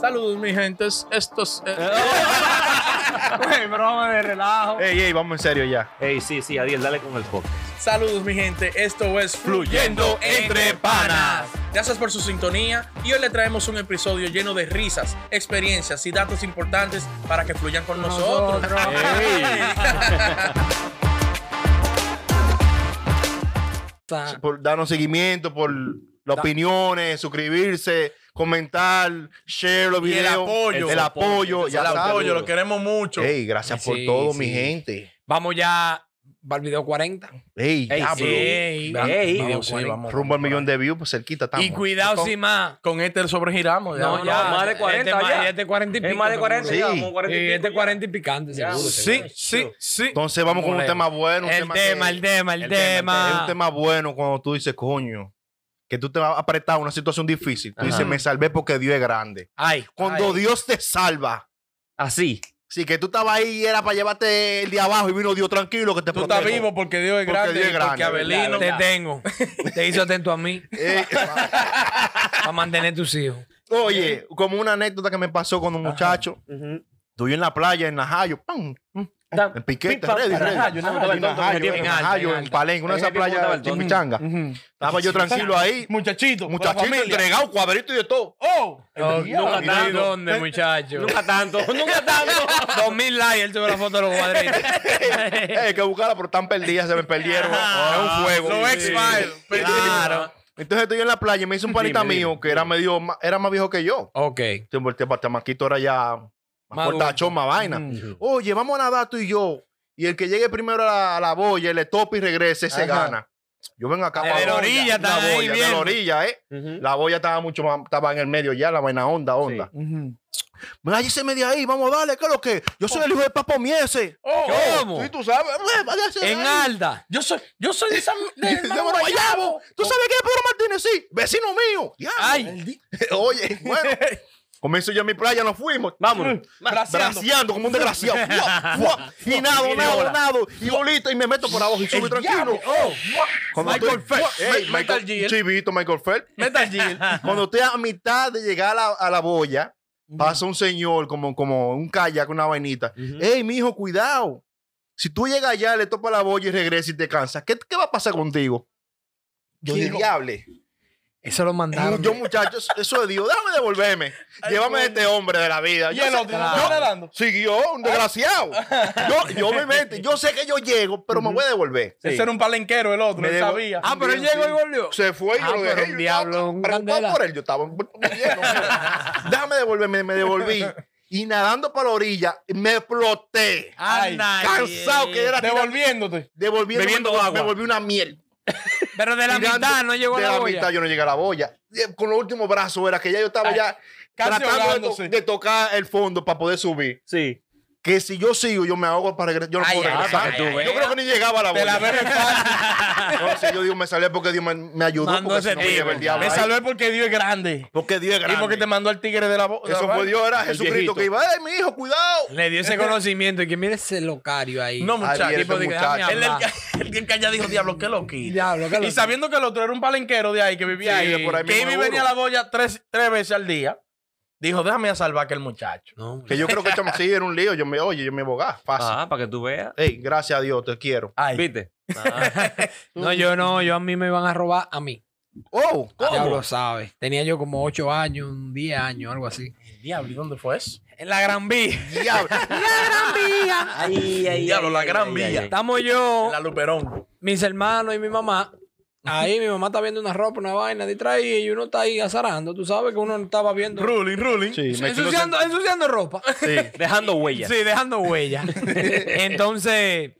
Saludos, mi gentes. Estos. eh, Güey, broma de relajo. Ey, ey, vamos en serio ya. Ey, sí, sí, Adiel, dale con el podcast. Saludos, mi gente. Esto es Fluyendo Entre Panas. Gracias por su sintonía y hoy le traemos un episodio lleno de risas, experiencias y datos importantes para que fluyan con nosotros. Nosotros. Sa- Por darnos seguimiento, por las opiniones, suscribirse, comentar, share los Y el videos. apoyo. El apoyo, El ya sabes. apoyo, lo queremos mucho. Ey, gracias por Sí, todo, sí. mi gente. Vamos ya para el video 40. Ey, Ey, diablo. Ey, Vamos, ey, vamos, sí, Juanito. vamos. Rumbo al millón de views, pues cerquita estamos. Y cuidado Con- sin más. Con éter sobregiramos. No, no, ya. más de 40 este, ya. Este 40 y pico. Es más de 40 Sí. ya, como 40 y Sí, pico este ya. 40 y picante, Ya. seguro. Sí, seguro. sí, sí. Entonces vamos con un Moreno. tema bueno. Un El tema, que- tema, el tema, el el tema, el tema. Es un tema bueno cuando tú dices, coño, que tú te vas a apretar a una situación difícil. Tú Ajá. dices, me salvé porque Dios es grande. Ay. Cuando ay. Dios te salva, Así. Sí, que tú estabas ahí y era para llevarte el de abajo y vino Dios tranquilo que te Tú estás protejo. vivo porque Dios es Porque grande. Dios es y Porque grande. Abelino. Te tengo. Te hizo atento a mí Eh, para mantener tus hijos. oye, como una anécdota que me pasó con un muchacho. Estoy en la playa, en Najayo, ¡pam! mm, En Piquete, ready, ready. Ah, Najayo, en Najayo, En Najayo, en en alto, Najayo, en en alto. Palenque, una de En esas el tiempo estaba playas el don. chimichanga. Estaba yo tranquilo ahí, Muchachito. muchachito familia. entregado, cuadrito y de todo. ¡Oh! No, nunca mira, tanto. no. dónde, muchacho? Nunca tanto. Nunca tanto. Dos mil likes, él tuvo la foto de los cuadritos. Eh, que buscarla, pero están perdidas, se me perdieron. Ah, es un fuego. Los Sí. X-Files. claro. Entonces estoy en la playa y me hizo un panita Dime, dime. mío que era medio, ma- era más viejo que yo. Ok. Te volteé para Tamaquito, era ya más Maduro. portachón, más vaina. Mm. Oye, vamos a nadar tú y yo. Y el que llegue primero a la, a la boya, le tope y regrese, ese Ajá. gana. Yo vengo acá De para la orilla, la están ahí boya, de la viendo. orilla, ¿eh? La boya estaba mucho más, estaba en el medio ya, la vaina onda, onda. Mira, allí se me de ahí, vamos a darle, ¿qué es lo que? Yo soy el hijo de Papo Miese. ¿Cómo? Sí, tú sabes. Eh, váyase de En ahí. Alda. Oh, Yo soy, yo soy de San de De hermano Guayabo. Guayabo. ¿Tú sabes qué es Pedro Martínez? Sí, vecino mío. Diablo. Ay. Oye, bueno. Comienzo yo en mi playa, nos fuimos. Vámonos. Braceando. Braceando como un desgraciado. Fua, fua, y nado, nado, nado. Y bolita y me meto por abajo y subo tranquilo. Cuando Michael estoy- Phelps. Ey, Metal Michael- Gear. Chivito Michael Phelps. Metal Gear. Cuando estoy a mitad de llegar a la, a la boya, pasa un señor como, como un kayak, una vainita. Ey, mijo, cuidado. Si tú llegas allá, le topa la boya y regresa y te cansas, ¿qué, qué va a pasar contigo? Yo dije, diable. Eso lo mandaron. Yo, muchachos, eso de Dios, déjame devolverme. Llévame de este hombre de la vida. Y Yo el sé- otro, yo- ¿está nadando? Siguió, un desgraciado. Yo, yo me meto, yo sé que yo llego, pero me voy a devolver. Ese era un palenquero el otro, Me él debo- sabía. Ah, pero él llegó y volvió. Se fue y yo Ah, lo pero dejé. un Yo diablo, estaba un preocupado candela. por él. Yo estaba huyendo. Déjame devolverme. Me devolví. Y nadando para la orilla, me exploté. Anda, Cansado eh. que era. Devolviéndote. Devolviendo, Bebiendo agua. Me volví una miel. Pero de la Tirando- mitad no llegó a de la la boya. mitad yo no llegué a la boya. Eh, Con los últimos brazos era que ya yo estaba ya casi tratando de to- ahogándose. de, tocar el fondo para poder subir. Sí. Que si yo sigo, yo me ahogo para regresar. Yo no Ay, puedo ay, regresar. para que yo tú veas. creo que ni llegaba a la Te la boya. veré fácil. No, si yo digo, me salí porque Dios me, me ayudó. Mandó porque si ese no me tipo. lleva el diablo. Me ahí. salvé porque Dios es grande. Porque Dios es Y porque te mandó al tigre de la boca. Eso fue Dios, era El Jesucristo viejito. que iba, ¡ay, mi hijo, cuidado! Le dio ese conocimiento y que mire ese locario ahí. No, muchacho. Ariel, Tipo, ese de- muchacho. Él, el, que- el que allá dijo, diablo, qué loquillo. Diablo, qué Y loquillo. sabiendo que el otro era un palenquero de ahí que vivía Sí, de ahí, por ahí que mismo iba y de venía a Burgos. la boya tres, tres veces al día, dijo, déjame a salvar a aquel muchacho. No, Que yo creo que estamos sí, era un lío. Yo me, oye, yo me abogá, fácil. Ah, para que tú veas. Ey, gracias a Dios, te quiero. Ay, ¿Viste? no, yo no, yo a mí me iban a robar a mí. ¡Oh! Ya lo sabes. Tenía yo como 8 años, 10 años, algo así. el diablo, ¿y dónde fue eso? En la Gran Vía. ¡Diablo! Gran Vía. Ay, ay, Diablo, la gran villa. Estamos yo, En la Luperón. mis hermanos y mi mamá. Ahí mi mamá está viendo una ropa, una vaina distraída y uno está ahí azarando. Tú sabes que uno estaba viendo. Ruling, ruling. Sí, me quedo sen- Ensuciando, ensuciando ropa. sí. Dejando huellas. Sí, dejando huella. Entonces,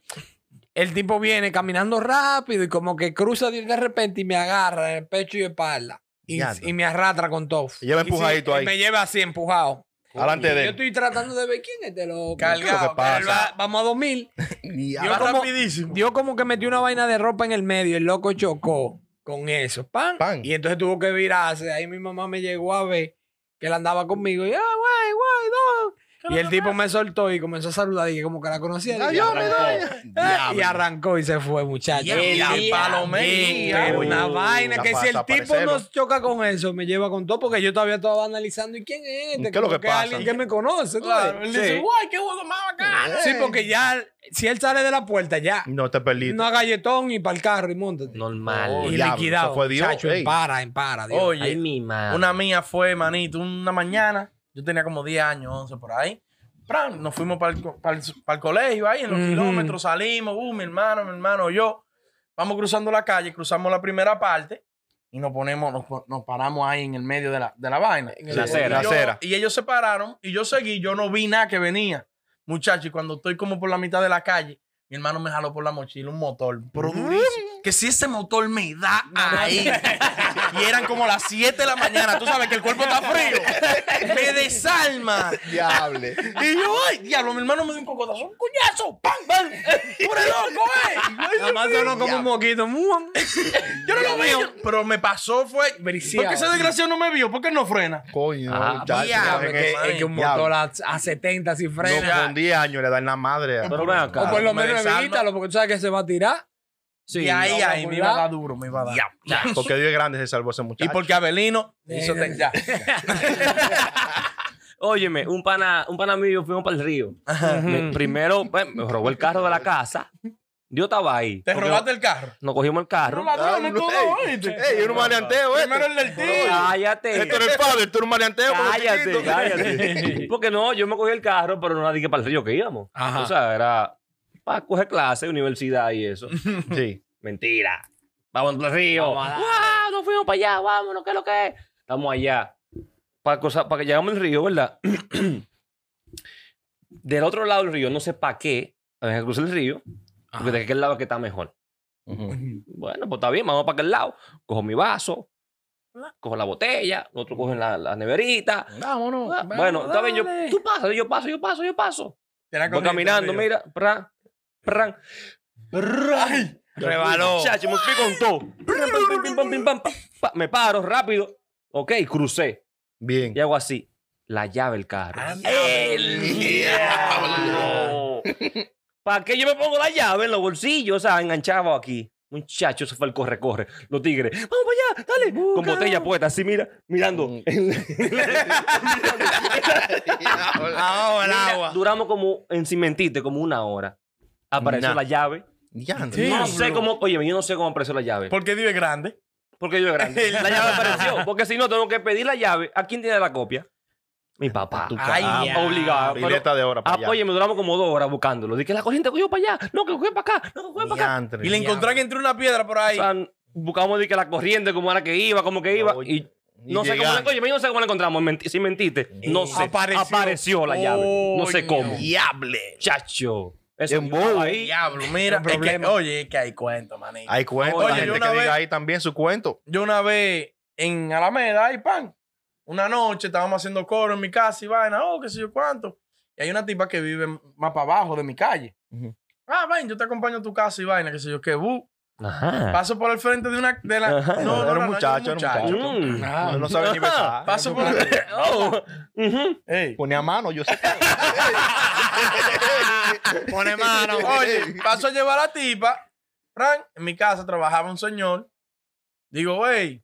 el tipo viene caminando rápido y como que cruza de de repente y me agarra en el pecho y espalda. Y, Ya, no. y me arrastra con todo. Y lleva sí, empujadito ahí. Me lleva así empujado. Adelante de Yo él. estoy tratando de ver quién es de los ¿Qué es lo cargados. que pasa? Vamos a 2000. Diablo. Yo Va como, rapidísimo. Dios como que metió una vaina de ropa en el medio. El loco chocó con eso. Pan. Pan. Y entonces tuvo que virarse. Ahí mi mamá me llegó a ver que él andaba conmigo. Y, ah, guay, guay, don. Y el tipo me soltó y comenzó a saludar y que como que la conocía. dije, Adiós, mi "Arrancó". doña. Eh, Y Diablo. arrancó y se fue, muchacho. Ya, ya, Y- palomería. Pero una Uh, vaina que pa- si el pa tipo parecerlo. nos choca con eso, me lleva con todo, porque yo todavía estaba analizando, ¿y quién es este? ¿Qué es lo Como que pasa? alguien que me conoce, Claro, claro. él Sí. dice, guay, qué juego más bacán. Sí, porque ya, si él sale de la puerta, ya. No este te perdiste. No a galletón y para el carro y montate. Normal. Oh, y diablo, liquidado. eso fue Dios, Chacho, ey. en para, en para. Dios. Oye, Ay, mi madre. Una mía fue, manito, una mañana, yo tenía como 10 años, 11 por ahí. Pran, nos fuimos para el, colegio ahí, en los Ujú. kilómetros salimos, uh, mi hermano, mi hermano, yo. Vamos cruzando la calle, cruzamos la primera parte y nos ponemos, nos, pon- nos paramos ahí en el medio de la, de la vaina. En Sí, el- la acera. la Y yo- acera. Y ellos se pararon y yo seguí, yo no vi nada que venía. Muchachos, y cuando estoy como por la mitad de la calle, mi hermano me jaló por la mochila un motor, pero durísimo. Que si ese motor me da ahí. y eran como las 7 de la mañana, tú sabes que el cuerpo está frío. Me desalma. Diable. Y yo, ay, diablo, mi hermano me dio un cocotazo, un cuñazo, pam, pam. Tú eres loco, eh. Nada más sonó como un moquito. muam. Yo no lo veo. Pero me pasó, fue. Porque ese desgraciado no me vio, porque no frena. Coño, Ah, muchacho. diablo, es Es que, que- es que un Diablo. motor a, a 70 sin No, frena. con 10 años le dan la madre. a- Pero ven acá. o por lo me menos desarma. evítalo, porque tú sabes que se va a tirar. Sí. y ahí, no, ahí, no, me no. iba a dar duro, me iba a dar. Porque Dios es grande, se salvó ese muchacho. Y porque Abelino hizo Eh, ya. Óyeme, un pana, un pana mío fuimos para el río. Me- primero, pues, me robó el carro de la casa. Yo estaba ahí. Te Porque robaste el carro. Nos cogimos el carro. ladrones Diablo, todos, ey, ¿oíste? Ey, es un maleanteo, eh. Primero el del tío. Cállate. Esto era Este el padre, tú eres un maleanteo. como Cállate, chiquito. cállate. Porque no, yo me cogí el carro, pero no era de que para el río que íbamos. Ajá. O sea, era para coger clase, universidad y eso. Sí. Mentira. Vamos al río. Vamos a darle. ¡Guau! Nos fuimos para allá, vámonos, ¿qué es lo que es? Estamos allá. Para, que llegamos al río, ¿verdad? del otro lado del río, no sé para qué, había que cruzar el río, porque de aquel lado es que está mejor. Bueno, pues está bien, vamos para aquel lado. Cojo mi vaso, cojo la botella, otro cogen la, la neverita. Vámonos. Ah, Bueno, está bien, yo, tú pasas, yo paso, yo paso, yo paso. Tenía que abrir Voy el caminando, río. mira, pran, pran. Ay, Rebaló. Chacho, me fui con todo. Pran, pam, pim, pim, pam, pim, pam, pa, pa. Me paro rápido. Ok, crucé. Bien. Y hago así. La llave del carro. El diablo. ¿Para qué yo me pongo la llave en los bolsillos? O sea, enganchado aquí. Muchacho, eso fue el corre-corre. Los tigres. Vamos para allá, dale. Con botella puesta, así mira, Mm. mirando. Ahora el Mira, agua. Duramos como en cimentite, como una hora. Apareció Nah. la llave. Diandre. No sé cómo, oye, yo no sé cómo apareció la llave. Porque Dios es grande. Porque yo era grande. La llave apareció. Porque si no, tengo que pedir la llave. ¿A quién tiene la copia? Mi papá. Tu Ay, caramba. ya. Obligado. Pileta de hora para allá. Apóyeme, Ah, duramos como dos horas buscándolo. Dije, la corriente cogió para allá. No, que cogió para acá. No, que cogió para acá. Diandre. Y le encontraron entre una piedra por O ahí. sea, buscamos dije, la corriente, cómo era que iba, cómo que iba. Y Ni no sé cómo la llegando. oye, yo no sé cómo la encontramos. Menti- si mentiste. No sé. Apareció. Apareció, la llave. No sé Coño. cómo. Diable. Chacho. Eso En yo bobo. estaba ahí. Diablo, mira. No es que- problema. oye, es que hay cuento, manito. Hay cuentos. Oye, la yo gente una que vez- diga ahí también su cuento. Yo una vez en Alameda, y pan, una noche estábamos haciendo coro en mi casa y vaina, oh, qué sé yo cuánto. Y hay una tipa que vive más para abajo de mi calle. Ujú. Ah, ven, yo te acompaño a tu casa y vaina, qué sé yo qué, bu. Ajá. Paso por el frente de una. De la... Ajá. No, no, Era un no, no, muchacho, yo era un Mm. Ah. Uno no sabe ni besar. Paso por el. Oh. Ujú. Ey. Ponía mano, yo sé. Pone mano. Oye, paso a llevar a la tipa. Frank, en mi casa trabajaba un señor. Digo, wey,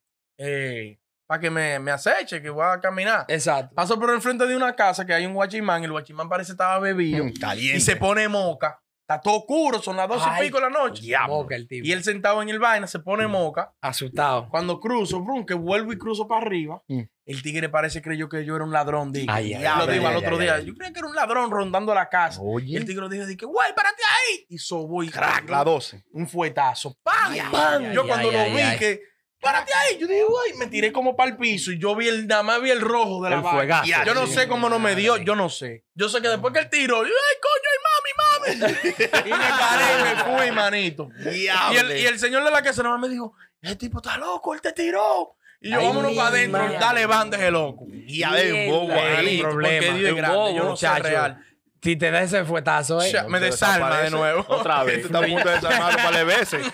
para que me, me aceche, que voy a caminar. Exacto. Paso por el frente de una casa que hay un guachimán. El guachimán parece que estaba bebido. Caliente. Y se pone moca. Está todo oscuro, son las dos y Ay, pico de la noche. Moca el tipo. Y él sentado en el vaina se pone moca. asustado. Cuando cruzo, brum, que vuelvo y cruzo para arriba, Mm. el tigre parece que creyó que yo era un ladrón. Digo. Ay, ay, lo ay, digo ay, al otro ay, día. ay. Oh, Yo creía que era un ladrón rondando la casa. Y el Oye. tigre lo dijo, dije, güey, párate ahí. Y sobó y Crack, la 12. un fuetazo. ¡Pam! ay, yo ay, cuando ay, lo ay, vi, ay. que, párate ahí. Yo dije, güey, me tiré como para el piso. Y yo vi el, nada más vi el rojo de la El vaina. fuegazo. Ya, Yo no sé cómo no me dio, yo no sé. Yo sé que después que el tiro, yo, ay, coño, ay, mami, mami. y me paré y me fui, manito. Y el, y el señor de la casa nomás me dijo, ese tipo está loco, él te tiró. Y yo, Ay, vámonos mi para adentro, madre. dale, banda ese loco. Y a ver, un bobo Mierda. ahí. Manito, problema, Porque Dios es un grande, yo bobo, no sé muchacho. real. Si te da ese fuetazo, O eh. sea, me Entonces, desarma de desaparece. nuevo. Otra Este vez. está a punto de desarmarlo para le veces.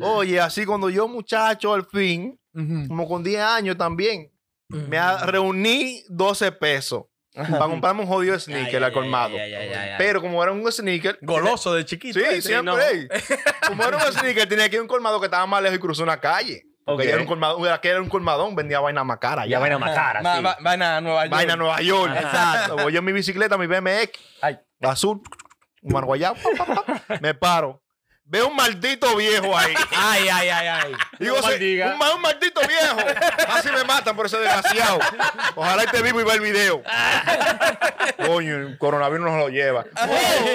Oye, así cuando yo, muchacho, al fin, Ujú. como con 10 años también, me a- reuní 12 pesos. Para comprarme un jodido sneaker al colmado. Pero. Pero como era un sneaker. Goloso de chiquito. Sí, este. siempre. no. ey. Como era un sneaker, tenía que ir a un colmado que estaba más lejos y cruzó una calle. Porque Ok. ya era un colmadón, era que era un colmadón, vendía vaina más cara. Ya ya. vaina más cara, Va- sí. va- Vaina a Nueva York. Vaina Nueva York. Ajá. Exacto. Voy yo en mi bicicleta, mi BMX, Ay. azul, un marguayao, pa, pa, pa. me paro. Veo un maldito viejo ahí. Ay, ay, ay, ay. Digo, "Se- un, ma- un maldito viejo. Casi me matan por ese desgraciado. Ojalá esté vivo y vea el video. Coño, el coronavirus nos lo lleva.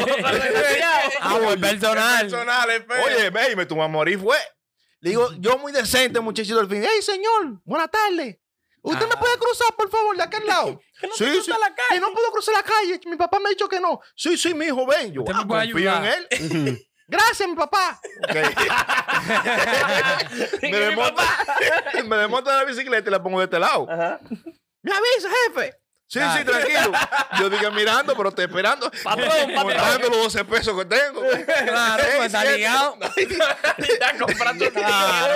Ah, pues personal. Personal, espera. Oye, ve, me tu a morir fue. Le digo, yo muy decente, muchachito, al fin. Hey, señor, buenas tardes. ¿Usted me puede cruzar, por favor, de aquel lado? Ah. Que no sí, se cruza sí. la calle. Que no puedo cruzar la calle. Mi papá me ha dicho que no. Sí, sí, mi hijo, ven. Yo ¿Usted ah, me puede confío ayudar? en él. Gracias, mi papá. Ok. me, desmonto, me desmonto de la bicicleta y la pongo de este lado. Ajá. Me avisa, jefe. Sí, Ah. sí, tranquilo. Yo dije mirando, pero estoy esperando. Patrón, patrón. Contando los 12 pesos que tengo. Claro, Seis, pues está siete. ligado. Está comprando Claro.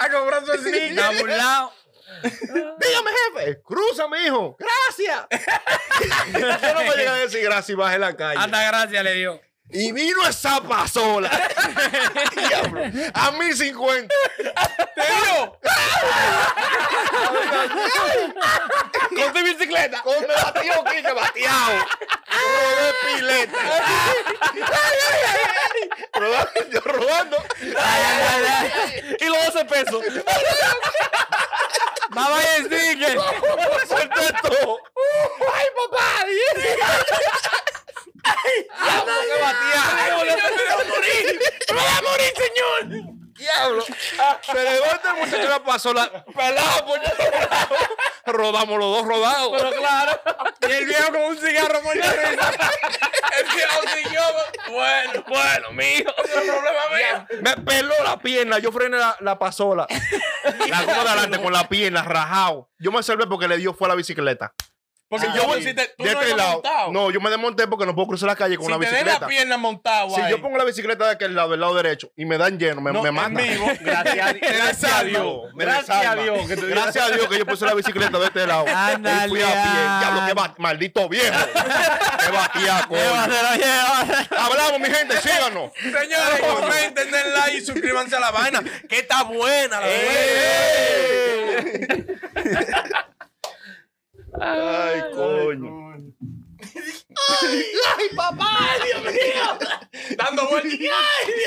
A comprar su Está sneaker. burlado. Dígame, jefe. Cruza, mi hijo. Gracias. Yo no voy a llegar a decir gracias y baje la calle. Hasta gracia le dio. Y vino esa pasola. Diablo. a 1050. Te digo, Con tu bicicleta. Con me batió, Quique, bateado. Robé pileta. Robando, yo robando. Y los 12 pesos. Mamá y sneaker. Suelta todo. Diablo. Se levanta el muchacho la pasola. Pelado, puñetado. Rodamos los dos rodados. Pero claro. Y el viejo con un cigarro por la risa. el que lo siguió. Bueno, Bueno, mijo. no hay problema mío. Me peló la pierna, yo frené la, la pasola. La goma de adelante con la pierna, rajado. Yo me salvé porque le dio fue a la bicicleta. Porque Ah, yo sí. voy si te, tú De no este ibas lado. montado. No, yo me desmonté porque no puedo cruzar la calle con si una te den la bicicleta. pierna montada, Si yo pongo la bicicleta de aquel lado, del lado derecho, y me dan lleno, me, No, me matan. en vivo. Gracias a Dios. Gracias a Dios. Me Gracias a desarma. Dios que te dio- Gracias a Dios que yo puse la bicicleta de este lado. Ándale, y fui a pie. ándale. Diablo, qué ba- maldito viejo. qué batiaco. Llévatelo, llévatelo. Hablamos, mi gente, síganos. Señores, comenten, den like y suscríbanse a la vaina. Que está buena la Eh, Ay, coño. eh, vaina. Dando vueltas.